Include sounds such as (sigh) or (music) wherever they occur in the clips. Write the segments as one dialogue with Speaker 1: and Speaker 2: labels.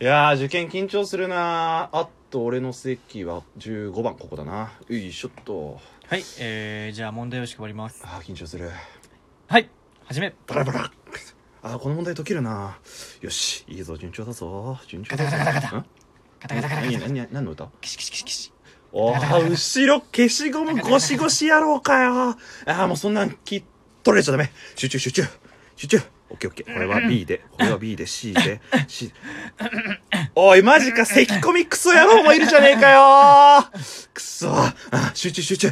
Speaker 1: いやー、受験緊張するなー。あと、俺の席は15番、ここだな。よいしょっと。
Speaker 2: はい、えー、じゃあ問題を絞ります。
Speaker 1: あー、緊張する。
Speaker 2: はい、はじめ。
Speaker 1: バラバラ。あー、この問題解けるな。よし、いいぞ、順調だぞ。順調だぞ。ん
Speaker 2: カタカタカタカ
Speaker 1: 何
Speaker 2: タ。
Speaker 1: 何何何の歌
Speaker 2: キシキシキシキシ。
Speaker 1: おー、後ろ消しゴムゴシゴシやろうかよ。あー、もうそんなん切っ取れちゃダメ。集中集中。集中。オッケーオッケー。これは B で、これは B で、C で、C で。おい、マジか、咳込みクソ野郎もいるじゃねえかよクソあ集中集中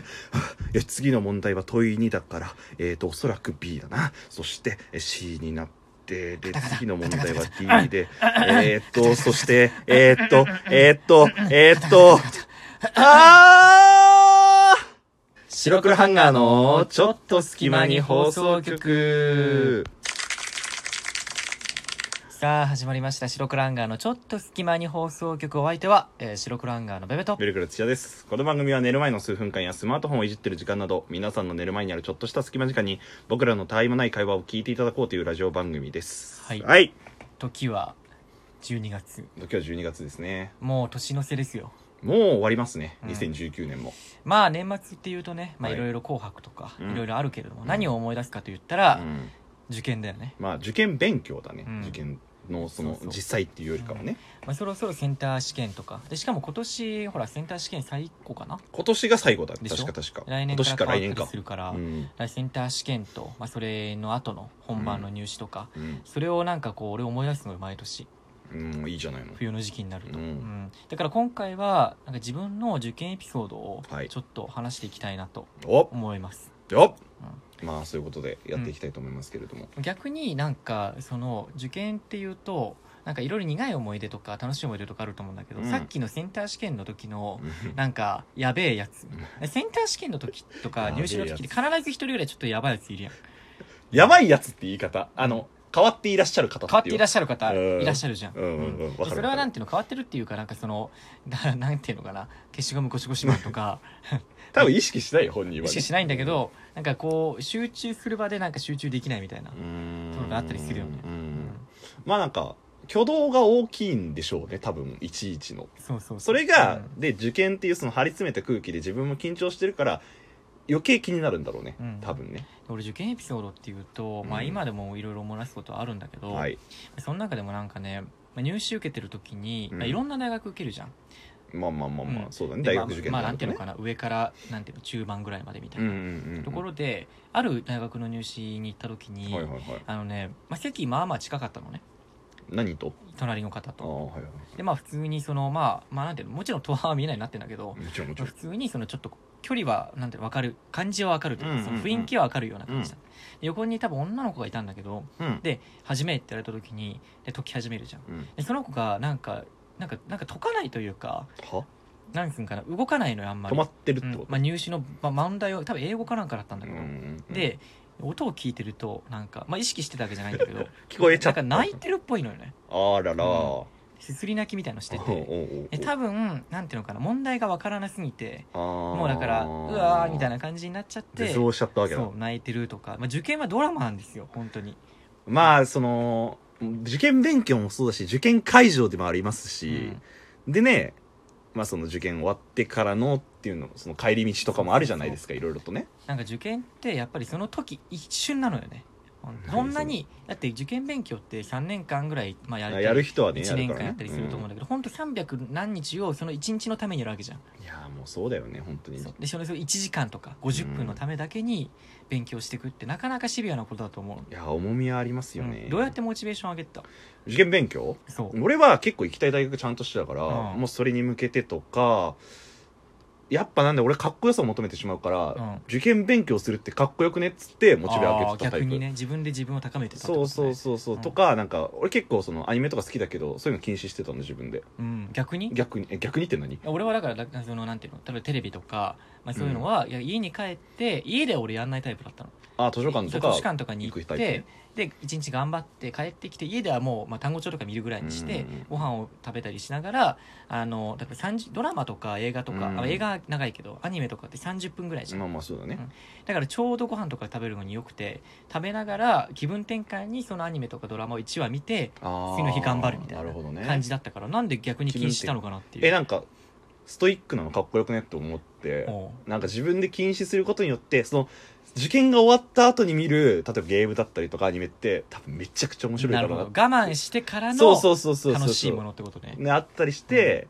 Speaker 1: よし、次の問題は問い2だから、えーと、おそらく B だな。そしてえー C になって、で、次の問題は D で、えーっと、そして、えーっと、えーっと、えーっと、あー白黒ハンガーのちょっと隙間に放送局
Speaker 2: さあ、始まりました。白黒アンガーのちょっと隙間に放送局お相手は、えー、白黒アンガーのベベと。
Speaker 1: ベルクロ土屋です。この番組は寝る前の数分間やスマートフォンをいじってる時間など、皆さんの寝る前にあるちょっとした隙間時間に、僕らのたわいもない会話を聞いていただこうというラジオ番組です。
Speaker 2: はい
Speaker 1: はい。
Speaker 2: 時は、12月。
Speaker 1: 今日12月ですね。
Speaker 2: もう年の瀬ですよ。
Speaker 1: もう終わりますね。
Speaker 2: うん
Speaker 1: 2019年も。
Speaker 2: まあ、年末っていうとね、まあ、
Speaker 1: はい
Speaker 2: いろいろ紅白とか、
Speaker 1: うん
Speaker 2: いろいろあるけれども、
Speaker 1: うん
Speaker 2: 何を思い出すかと言った
Speaker 1: う
Speaker 2: ら、
Speaker 1: ん
Speaker 2: 受験だよね。
Speaker 1: まあ、受験勉強だね。
Speaker 2: うん
Speaker 1: 受験の、その
Speaker 2: そう、そ
Speaker 1: 実
Speaker 2: う
Speaker 1: 際っていうよりかはね。
Speaker 2: まあ、そろそろセンター試験とか。で、しかも今年、ほら、センター試験最後かな
Speaker 1: 今年が最後だ。
Speaker 2: でし
Speaker 1: 確
Speaker 2: ょ
Speaker 1: か確か。
Speaker 2: 来
Speaker 1: 今
Speaker 2: 年か
Speaker 1: 年
Speaker 2: ら
Speaker 1: か
Speaker 2: 変
Speaker 1: 来年
Speaker 2: わったり
Speaker 1: か
Speaker 2: す。るから、
Speaker 1: うん。
Speaker 2: 来センター試験と、まあ、それの後の本番の入試とか、
Speaker 1: うん
Speaker 2: それをなんかこう俺思い出すのよ毎年
Speaker 1: うん、いいじゃないの。
Speaker 2: 冬の時期になると、
Speaker 1: うん
Speaker 2: うんだから今回はなんか自分の受験エピソードを
Speaker 1: はい
Speaker 2: ちょっと話していきたいなと
Speaker 1: お
Speaker 2: 思います、
Speaker 1: よっまあ、そういうことでやっていきたいと思いますけれども。
Speaker 2: 逆になんかその受験っていうとなんかいろいろ苦い思い出とか楽しい思い出とかあると思うんだけど、
Speaker 1: うん
Speaker 2: さっきのセンター試験の時の
Speaker 1: うん
Speaker 2: なんかやべえやつセンター試験の時とか
Speaker 1: やべえやつ
Speaker 2: 入試の時って必ず一人ぐらいちょっとやばいやついるやん
Speaker 1: やばいやつって言い方。あの、変わっていらっしゃる方
Speaker 2: 変わっていらっ
Speaker 1: し
Speaker 2: しゃる方
Speaker 1: うん
Speaker 2: いらっしゃるじゃん、
Speaker 1: うんうんうんわかるわかる
Speaker 2: でそれはなんていうの変わってるっていうかなんかその (laughs) ななんていうのかな消しゴムゴシゴシマンと
Speaker 1: (laughs)
Speaker 2: か
Speaker 1: 多分意識しないよ、本人はね、
Speaker 2: 意識しないんだけどなんかこう集中する場でなんか集中できないみたいな
Speaker 1: う、ん。
Speaker 2: そういうのあったりするよね
Speaker 1: う
Speaker 2: うんん。
Speaker 1: まあなんか、挙動が大きいんでしょうね、多分、いちいちの。
Speaker 2: そうそうう
Speaker 1: それが、
Speaker 2: うん
Speaker 1: で、受験っていうその張り詰めた空気で自分も緊張してるから、余計気になるんだろうね、
Speaker 2: うん
Speaker 1: 多分ね。
Speaker 2: 俺受験エピソードっていうと、まあ、
Speaker 1: うん
Speaker 2: 今でもいろいろ思い出すことはあるんだけど、
Speaker 1: はい。
Speaker 2: その中でもなんかねまあ入試受けてる時に、
Speaker 1: うん
Speaker 2: まあ、いろんな大学受けるじゃん、
Speaker 1: まあまあまあまあ、
Speaker 2: うん
Speaker 1: そうだね、
Speaker 2: で
Speaker 1: 大学受験
Speaker 2: まあ、ま
Speaker 1: だ
Speaker 2: あなんていうの
Speaker 1: か
Speaker 2: かな上からなんていうの中盤ぐらいまでみた
Speaker 1: う
Speaker 2: い
Speaker 1: ん
Speaker 2: な、
Speaker 1: うんうん。
Speaker 2: ところである大学の入試に行った時に、
Speaker 1: はいはいはい。
Speaker 2: あのね、まあ、席まあまあ近かったのね
Speaker 1: 何と
Speaker 2: 隣の方
Speaker 1: ああ、
Speaker 2: と
Speaker 1: はいは
Speaker 2: でまあ普通にそのまあまあなんていうのもちろん戸は見えないようになってんだけど
Speaker 1: い。もちろんもち
Speaker 2: まあ
Speaker 1: ろん
Speaker 2: 普。通にそのちょっと距離はなんていうの分かる感じは分かるというか、
Speaker 1: うんうんうん
Speaker 2: その雰囲気は分かるような感じだ、で横に多分女の子がいたんだけど
Speaker 1: うん。
Speaker 2: で「始め」って言われた時にで解き始めるじゃん
Speaker 1: うん、
Speaker 2: でその子がなんかなんかなんか解かないというか
Speaker 1: は
Speaker 2: なんつうんかな動かないのよあんま
Speaker 1: 止
Speaker 2: り
Speaker 1: まってるって
Speaker 2: う
Speaker 1: こ
Speaker 2: んま
Speaker 1: と
Speaker 2: あ、入試の、まあ、問題を多分英語かなんかだったんだけど、
Speaker 1: ん
Speaker 2: で音を聞いてるとなんか、まあ、意識してたわけじゃないんだけど
Speaker 1: (laughs) 聞こえちゃった
Speaker 2: なんか泣いてるっぽいのよね
Speaker 1: あらら、
Speaker 2: うんすすり泣きみたいのして
Speaker 1: おう
Speaker 2: て
Speaker 1: おうおう
Speaker 2: え多分なんていうのかな問題がわからなすぎて
Speaker 1: も
Speaker 2: もうだからうわーみたいな感じになっちゃって
Speaker 1: 絶望しちゃったわけだ
Speaker 2: そう泣いてるとか、まあ、受験はドラマなんですよ本当に
Speaker 1: まあその受験勉強もそうだし受験会場でもありますし、でねまあその受験終わってからのっていうのその帰り道とかもあるじゃないですかいろいろとね
Speaker 2: なんか受験ってやっぱりその時一瞬なのよねほん
Speaker 1: 何
Speaker 2: そんなにだって受験勉強って3年間ぐらい、まあ、や
Speaker 1: やる人はね
Speaker 2: 1年間やっ
Speaker 1: る
Speaker 2: たり
Speaker 1: か
Speaker 2: す
Speaker 1: らね
Speaker 2: ると思うんだけど、ほんと300何日をその1日のためにやるわけじゃん
Speaker 1: うんいやーもうそうだよね本当に
Speaker 2: そうでそれそれ1時間とか50分のためだけに勉強していくってなかなかシビアなことだと思う、
Speaker 1: いやー重みはありますよね、
Speaker 2: うんどうやってモチベーション上げてた
Speaker 1: 受験勉強
Speaker 2: そう
Speaker 1: 俺は結構行きたい大学ちゃんとしてたから、
Speaker 2: うん
Speaker 1: もうそれに向けてとかやっぱなんで俺かっこよさを求めてしまうから、
Speaker 2: うん
Speaker 1: 受験勉強するってかっこよくねっつってモチベ上げてた
Speaker 2: あー
Speaker 1: タイ
Speaker 2: 逆
Speaker 1: プ、
Speaker 2: にね自分で自分を高めてたってこ
Speaker 1: そ
Speaker 2: と
Speaker 1: う
Speaker 2: ね
Speaker 1: そうそうそう、
Speaker 2: うん
Speaker 1: とかなんか俺結構そのアニメとか好きだけどそういうの禁止してたの自分で
Speaker 2: うん、逆に
Speaker 1: 逆にえ逆にって何
Speaker 2: 俺はだからだそのなんていうの例えばテレビとか、まあ、そういうのは、いや家に帰って家では俺やんないタイプだったの
Speaker 1: あ図書館と
Speaker 2: そう
Speaker 1: か
Speaker 2: 図書館とかに行
Speaker 1: 行
Speaker 2: っ
Speaker 1: くタ
Speaker 2: て
Speaker 1: イプね
Speaker 2: で一日頑張って帰ってきて家ではもう、まあ、単語帳とか見るぐらいにし
Speaker 1: う
Speaker 2: て、
Speaker 1: ん
Speaker 2: ご飯を食べたりしながらあのだから30ドラマとか映画とか、
Speaker 1: うん
Speaker 2: あ映画は長いけどアニメとかって30分ぐらいじゃん、
Speaker 1: まあまあそうだね。
Speaker 2: だからちょうどご飯とか食べるのによくて食べながら気分転換にそのアニメとかドラマを1話見て
Speaker 1: あー
Speaker 2: 次の日頑張るみたいな
Speaker 1: るほどね
Speaker 2: 感じだったから、なんで逆に禁止したのかなっていう
Speaker 1: えなんかストイックなのかっこよくねって思って
Speaker 2: おう
Speaker 1: なんか自分で禁止することによってその受験が終わった後に見る例えばゲームだったりとかアニメって多分めちゃくちゃ面白い
Speaker 2: な
Speaker 1: だ
Speaker 2: る
Speaker 1: ろ
Speaker 2: ほ
Speaker 1: う
Speaker 2: ど
Speaker 1: な
Speaker 2: 我慢してから
Speaker 1: そう
Speaker 2: の
Speaker 1: そうそうそうそう
Speaker 2: 楽しいものってことね
Speaker 1: ねあったりして、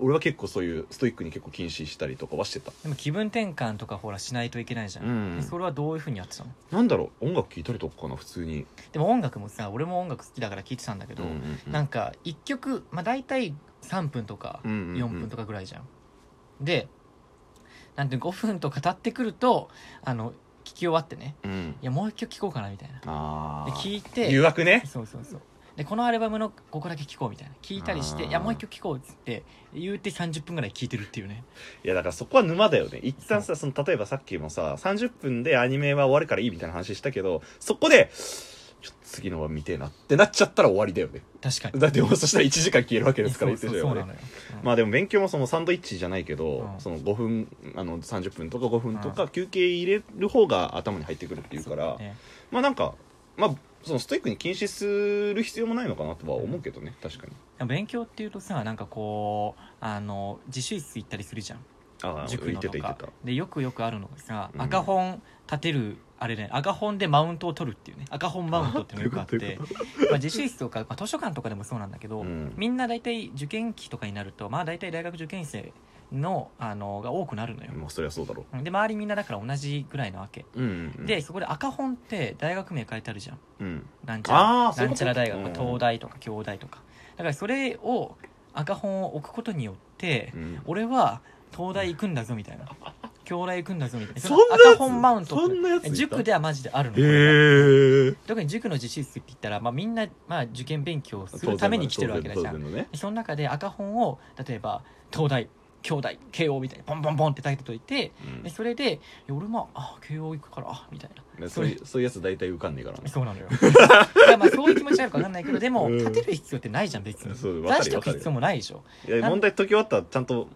Speaker 1: 俺は結構そういうストイックに結構禁止したりとかはしてた
Speaker 2: でも気分転換とかほらしないといけないじゃん、
Speaker 1: うん
Speaker 2: でそれはどういうふうにやってたの
Speaker 1: なんだろう音楽聴いたりとかかな普通に、
Speaker 2: でも音楽もさ俺も音楽好きだから聴いてたんだけど、なんか1曲、まあ、大体3分とか4分とかぐらいじゃん、でなんて5分とか経ってくるとあの聞き終わってね
Speaker 1: うんうん
Speaker 2: いやもう一曲聴こうかなみたいな
Speaker 1: あ
Speaker 2: で
Speaker 1: あ
Speaker 2: 聞いて
Speaker 1: 誘惑ね
Speaker 2: そうそうそうでこのアルバムのここだけ聴こうみたいな聞いたりして
Speaker 1: あ
Speaker 2: 「
Speaker 1: ー
Speaker 2: いやもう一曲聴こう」っつって言うて30分ぐらい聴いてるっていうね
Speaker 1: いやだからそこは沼だよね一旦さその例えばさっきもさ30分でアニメは終わるからいいみたいな話したけどそこでちょっと次のは見てえなってなっちゃったら終わりだよね
Speaker 2: 確かに
Speaker 1: だってもうそしたら1時間消えるわけですから
Speaker 2: そうそ
Speaker 1: 言
Speaker 2: う
Speaker 1: って
Speaker 2: そう
Speaker 1: たよ
Speaker 2: な
Speaker 1: ね
Speaker 2: のよ、うん
Speaker 1: まあでも勉強もそのサンドイッチじゃないけど、
Speaker 2: うん
Speaker 1: その5分あの30分とか5分とか休憩入れる方が頭に入ってくるっていうから、
Speaker 2: ね
Speaker 1: まあなんかまあそのストイックに禁止する必要もないのかなとは思うけどね確かに
Speaker 2: 勉強っていうとさなんかこうあの自習室行ったりするじゃん
Speaker 1: ああ
Speaker 2: 塾
Speaker 1: 言
Speaker 2: の
Speaker 1: って
Speaker 2: と
Speaker 1: た言っ
Speaker 2: か
Speaker 1: てた
Speaker 2: でよくよくあるのがさ、
Speaker 1: うん
Speaker 2: 赤本立てるあれね赤本でマウントを取るっていうね赤本マウントっていうの
Speaker 1: (laughs)
Speaker 2: がよくあっ
Speaker 1: どうい
Speaker 2: て
Speaker 1: うこ
Speaker 2: まあ、自習室とか、まあ、図書館とかでもそうなんだけど、
Speaker 1: うん
Speaker 2: みんな大体受験期とかになるとまあ大体大学受験生のあのが多くなるのよ、
Speaker 1: まあそりゃそうだろ
Speaker 2: で周りみんなだから同じぐらいなわけ、
Speaker 1: う、うんうん、
Speaker 2: でそこで赤本って大学名書いてあるじゃん
Speaker 1: うん、
Speaker 2: なんちゃら
Speaker 1: あーそういうこ
Speaker 2: な
Speaker 1: と
Speaker 2: んちゃら大学、
Speaker 1: うん
Speaker 2: 東大とか京大とかだからそれを赤本を置くことによって、
Speaker 1: うん、
Speaker 2: 俺は東大行くんだぞみた
Speaker 1: (laughs)
Speaker 2: いな京大行くんだぞみたいな
Speaker 1: そんなやつ
Speaker 2: の赤本マウントって
Speaker 1: そんなやついた
Speaker 2: 塾ではマジであるの、
Speaker 1: へえ
Speaker 2: 特に塾の自習室って言ったら、まあ、みんな、まあ、受験勉強するために来てるわけだじゃん
Speaker 1: のね
Speaker 2: その中で赤本を例えば東大京大慶応みたいにポンポンポンって叩いておいてでそれでいや俺もあ慶応行くからあみたいな
Speaker 1: うん、そういうそういうやつ大体浮かんねえからね
Speaker 2: そうなのよ (laughs) いやまあそういう気持ちあるか分かんないけどでも
Speaker 1: うん
Speaker 2: 立てる必要ってないじゃん別に
Speaker 1: そう
Speaker 2: 出
Speaker 1: わかる
Speaker 2: しておく必要もないでしょ
Speaker 1: いや
Speaker 2: なん
Speaker 1: 問題解き終わったらちゃんとん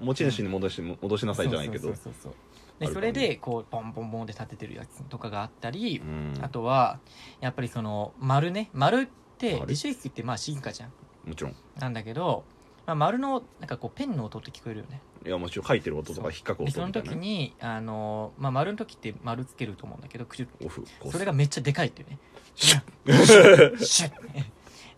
Speaker 1: 持ち主に戻し,、戻しなさいじゃないけど
Speaker 2: そううそうそうそう
Speaker 1: あ
Speaker 2: で
Speaker 1: る
Speaker 2: そ
Speaker 1: から
Speaker 2: れ
Speaker 1: ね
Speaker 2: でこうポンポンポンで立ててるやつとかがあったり、
Speaker 1: ん
Speaker 2: あとはやっぱりその丸ね丸って
Speaker 1: 丸
Speaker 2: 自習室ってまあ進化じゃん
Speaker 1: もちろん
Speaker 2: なんだけど、まあ、丸のなんかこうペンの音って聞こえるよね
Speaker 1: いやもちろん書いてる音と
Speaker 2: そう
Speaker 1: か引っかく
Speaker 2: でそ
Speaker 1: 音
Speaker 2: の
Speaker 1: みたいな
Speaker 2: 時
Speaker 1: ね
Speaker 2: にあの、まあ、丸の時って丸つけると思うんだけどくじゅ
Speaker 1: オフコース
Speaker 2: それがめっちゃでかいっていうね
Speaker 1: シュ
Speaker 2: シュッ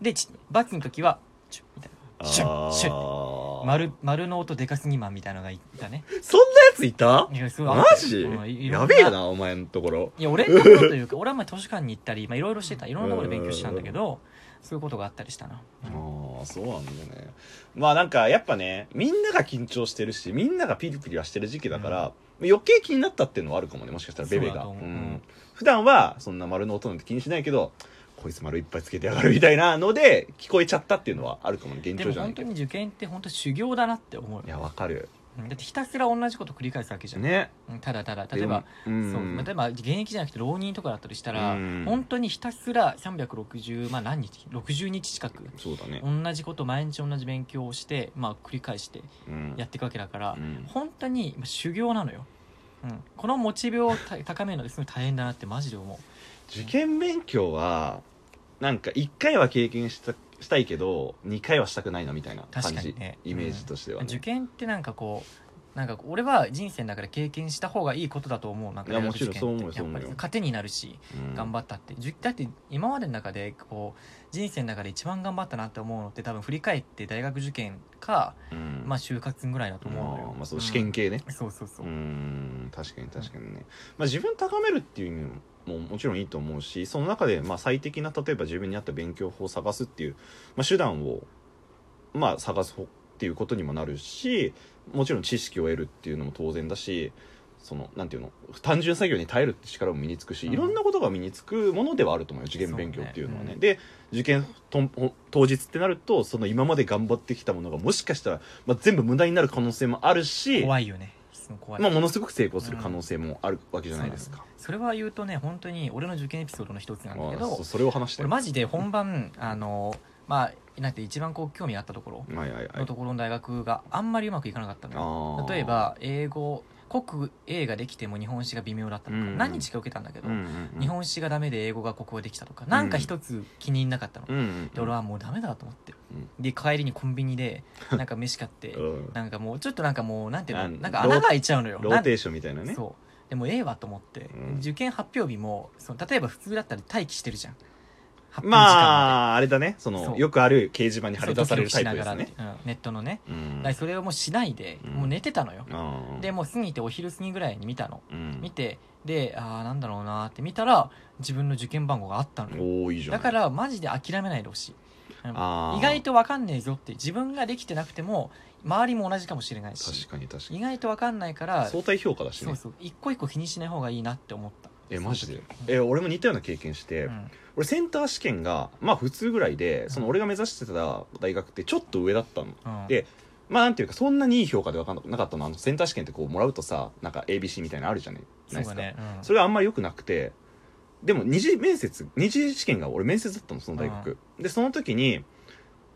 Speaker 2: でちバツの時はチュッみたい
Speaker 1: あ (laughs)
Speaker 2: なシュッシュッ
Speaker 1: ー
Speaker 2: 丸丸の音でかすぎマンみたいなのがいたね
Speaker 1: そんなやついた
Speaker 2: いやすごいあ
Speaker 1: マ
Speaker 2: った
Speaker 1: ジ
Speaker 2: うんいいろん
Speaker 1: やべえなお前のところ
Speaker 2: いや俺のところというか俺はまあ図書館に行ったりまあいろいろしてたいろんなところで勉強してたんだけどそういうことがあったりしたな
Speaker 1: あ
Speaker 2: うん
Speaker 1: あそうなんだねまあなんかやっぱねみんなが緊張してるしみんながピリピリはしてる時期だから、余計気になったっていうのはあるかもねもしかしたらベベ
Speaker 2: そうだ
Speaker 1: が
Speaker 2: と
Speaker 1: う
Speaker 2: 思うん
Speaker 1: 普段はそんな丸の音なんて気にしないけどこいつ丸いっぱいつけてやがるみたいなので聞こえちゃったっていうのはあるかもね現
Speaker 2: で
Speaker 1: 状
Speaker 2: も
Speaker 1: じゃない
Speaker 2: 本
Speaker 1: け
Speaker 2: 当
Speaker 1: ど
Speaker 2: に受験って本当修行だなって思うよ
Speaker 1: いやわかる
Speaker 2: うんだってひたすら同じこと繰り返すわけじゃん、
Speaker 1: ね
Speaker 2: うんただただ例えば、
Speaker 1: でもうん
Speaker 2: そう例えば現役じゃなくて浪人とかだったりしたら、
Speaker 1: うん
Speaker 2: 本当にひたすら360、まあ、何日60日近く
Speaker 1: そうだね
Speaker 2: 同じこと毎日同じ勉強をして、まあ、繰り返して
Speaker 1: うん
Speaker 2: やっていくわけだから、
Speaker 1: うん
Speaker 2: 本当にまあ修行なのよ、うん、このモチベをた高めるのですごい大変だなってマジで思う
Speaker 1: 受験勉強はなんか1回は経験したしたいけど2回はしたくないなみたいな感
Speaker 2: 確か
Speaker 1: じ、
Speaker 2: にね
Speaker 1: イメージとしてはね、
Speaker 2: 受験ってなんかこうなんか俺は人生の中で経験した方がいいことだと思うなんか
Speaker 1: いや
Speaker 2: 大
Speaker 1: も
Speaker 2: 学
Speaker 1: ちろ
Speaker 2: 受
Speaker 1: ん
Speaker 2: 験って
Speaker 1: そう思うよそう思うよ
Speaker 2: やっぱり糧になるし頑
Speaker 1: っ
Speaker 2: 張ったって、じゅだって今までの中でこう人生の中で一番頑張ったなって思うのって多分振り返って大学受験か、
Speaker 1: て、うん
Speaker 2: まあ、就活ぐらいだと思うのよ、
Speaker 1: まあまあそう試験系ね
Speaker 2: うんそうそうそうう、
Speaker 1: ーん確かに確かにね、まあ、自分高めるっていう意味もももちろんいいと思うしその中でまあ最適な例えば自分に合った勉強法を探すっていう、まあ、手段をまあ探す方っていうことにもなるしもちろん知識を得るっていうのも当然だしそのなんていうの単純作業に耐えるって力も身につくし、
Speaker 2: うん
Speaker 1: いろんなことが身につくものではあると思うよ受験勉強っていうのはね
Speaker 2: そう
Speaker 1: で受験とんほ当日ってなるとその今まで頑張ってきたものがもしかしたら、まあ、全部無駄になる可能性もあるし
Speaker 2: 怖いよねすの怖い、
Speaker 1: まあ、ものすごく成功する可能性もあるわけじゃないですか、
Speaker 2: それは言うとね本当に俺の受験エピソードの一つなんだけ
Speaker 1: あーそ
Speaker 2: ど
Speaker 1: それを話して
Speaker 2: 俺マジで本番あのまあなんて一番こう興味があったところ
Speaker 1: はいはいは
Speaker 2: の
Speaker 1: い
Speaker 2: ところの大学があんまりうまくいかなかったのよ
Speaker 1: あー
Speaker 2: 例えば英語国英ができても日本史が微妙だったのか、
Speaker 1: うんうん
Speaker 2: 何日か受けたんだけど、
Speaker 1: うんうんうん
Speaker 2: 日本史がダメで英語が国語できたとかなんか一つ気に入んなかったの、
Speaker 1: うんうん
Speaker 2: で俺はもうダメだと思って、
Speaker 1: うん
Speaker 2: で帰りにコンビニでなんか飯買って
Speaker 1: (laughs) うん
Speaker 2: なんかもうちょっとなんかもうなんていう
Speaker 1: あ
Speaker 2: の
Speaker 1: の
Speaker 2: なんか穴が開いちゃうのよ
Speaker 1: ロ
Speaker 2: な
Speaker 1: ー
Speaker 2: ん
Speaker 1: テーションみたいなね
Speaker 2: そうでもええわと思って、
Speaker 1: うん
Speaker 2: 受験発表日もその例えば普通だったら待機してるじゃん発あ
Speaker 1: まああれだねその
Speaker 2: そう
Speaker 1: よくある掲示板に貼り出されるタイプですね、
Speaker 2: うん、ネットのね、
Speaker 1: うん
Speaker 2: だからそれをもうしないで、
Speaker 1: うん
Speaker 2: もう寝てたのよ、
Speaker 1: あー
Speaker 2: でもう過ぎてお昼過ぎぐらいに見たの
Speaker 1: うん
Speaker 2: 見てでああなんだろうなーって見たら自分の受験番号があったのよ
Speaker 1: おおいいじゃん
Speaker 2: だからマジで諦めないでほしいうん
Speaker 1: あー
Speaker 2: 意外と分かんねえぞって自分ができてなくても周りも同じかもしれないし
Speaker 1: 確かに確か
Speaker 2: 意外と分かんないから
Speaker 1: に相対評価だし
Speaker 2: そ
Speaker 1: ね
Speaker 2: うそう一個一個気にしない方がいいなって思った
Speaker 1: えマジで
Speaker 2: その時
Speaker 1: え俺も似たような経験して、
Speaker 2: うんうん
Speaker 1: 俺センター試験がまあ普通ぐらいでその俺が目指してた大学ってちょっと上だったの
Speaker 2: うん
Speaker 1: でまあなんていうかそんなにいい評価で分かんなかったのあのセンター試験ってこうもらうとさなんか ABC みたいなのあるじゃない
Speaker 2: そ
Speaker 1: ないうです
Speaker 2: だ
Speaker 1: か
Speaker 2: ねうん
Speaker 1: それはあんまり良くなくてでも二次面接二次試験が俺面接だったのその大学、でその時に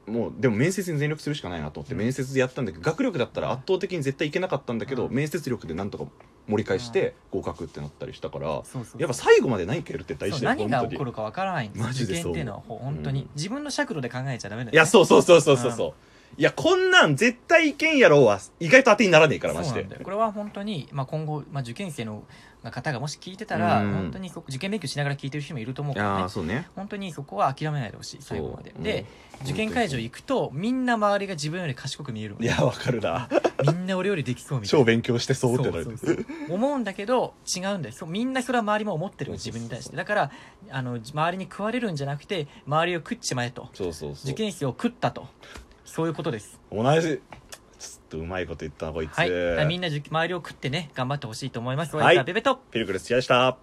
Speaker 1: もうでも面接に全力するしかないなと思って
Speaker 2: うん
Speaker 1: 面接でやったんだけど、学力だったら圧倒的に絶対いけなかったんだけど、
Speaker 2: うん
Speaker 1: 面接力でなんとか盛り返して合格ってなったりしたから、
Speaker 2: そうそう
Speaker 1: やっぱ最後まで何かやるって大
Speaker 2: そう
Speaker 1: 事だよ本
Speaker 2: 何が
Speaker 1: 当
Speaker 2: 起
Speaker 1: に
Speaker 2: こるか分からないんです
Speaker 1: マジで
Speaker 2: 受
Speaker 1: そう
Speaker 2: 験っていうのはほ本当
Speaker 1: う
Speaker 2: に
Speaker 1: ん
Speaker 2: 自分の尺度で考えちゃダメだよね
Speaker 1: いやそうそうそうそうそうそういやこんなん絶対いけんやろうは意外と当てにならねえからマジ
Speaker 2: そう
Speaker 1: で
Speaker 2: なんだよこれは本当に、まあ、今後、まあ、受験生の方がもし聞いてたら、
Speaker 1: うん
Speaker 2: 本当にそ受験勉強しながら聞いてる人もいると思うから
Speaker 1: ああ
Speaker 2: ね
Speaker 1: そうね
Speaker 2: 本当にそこは諦めないでほしい最後まで、
Speaker 1: そう
Speaker 2: で
Speaker 1: うん
Speaker 2: 受験会場行くとみんな周りが自分より賢く見えるもん
Speaker 1: いやわかるな
Speaker 2: みんな俺よりできそうみたい
Speaker 1: 超
Speaker 2: な
Speaker 1: 勉強してそうってな
Speaker 2: そ
Speaker 1: る
Speaker 2: うそうそう思うんだけど違うんだよそうみんなそれは周りも思ってるよ
Speaker 1: そ
Speaker 2: 自
Speaker 1: うそうそう
Speaker 2: 分に対してだからあのじ周りに食われるんじゃなくて周りを食っちまえと
Speaker 1: そうそうそう
Speaker 2: 受験生を食ったとそういうことです
Speaker 1: 同じちょっとうまいこと言ったなこいつ、
Speaker 2: はいだからみんな受周りを食ってね頑張ってほしいと思います
Speaker 1: はい
Speaker 2: お相手はベベと
Speaker 1: ピルクルスチアでした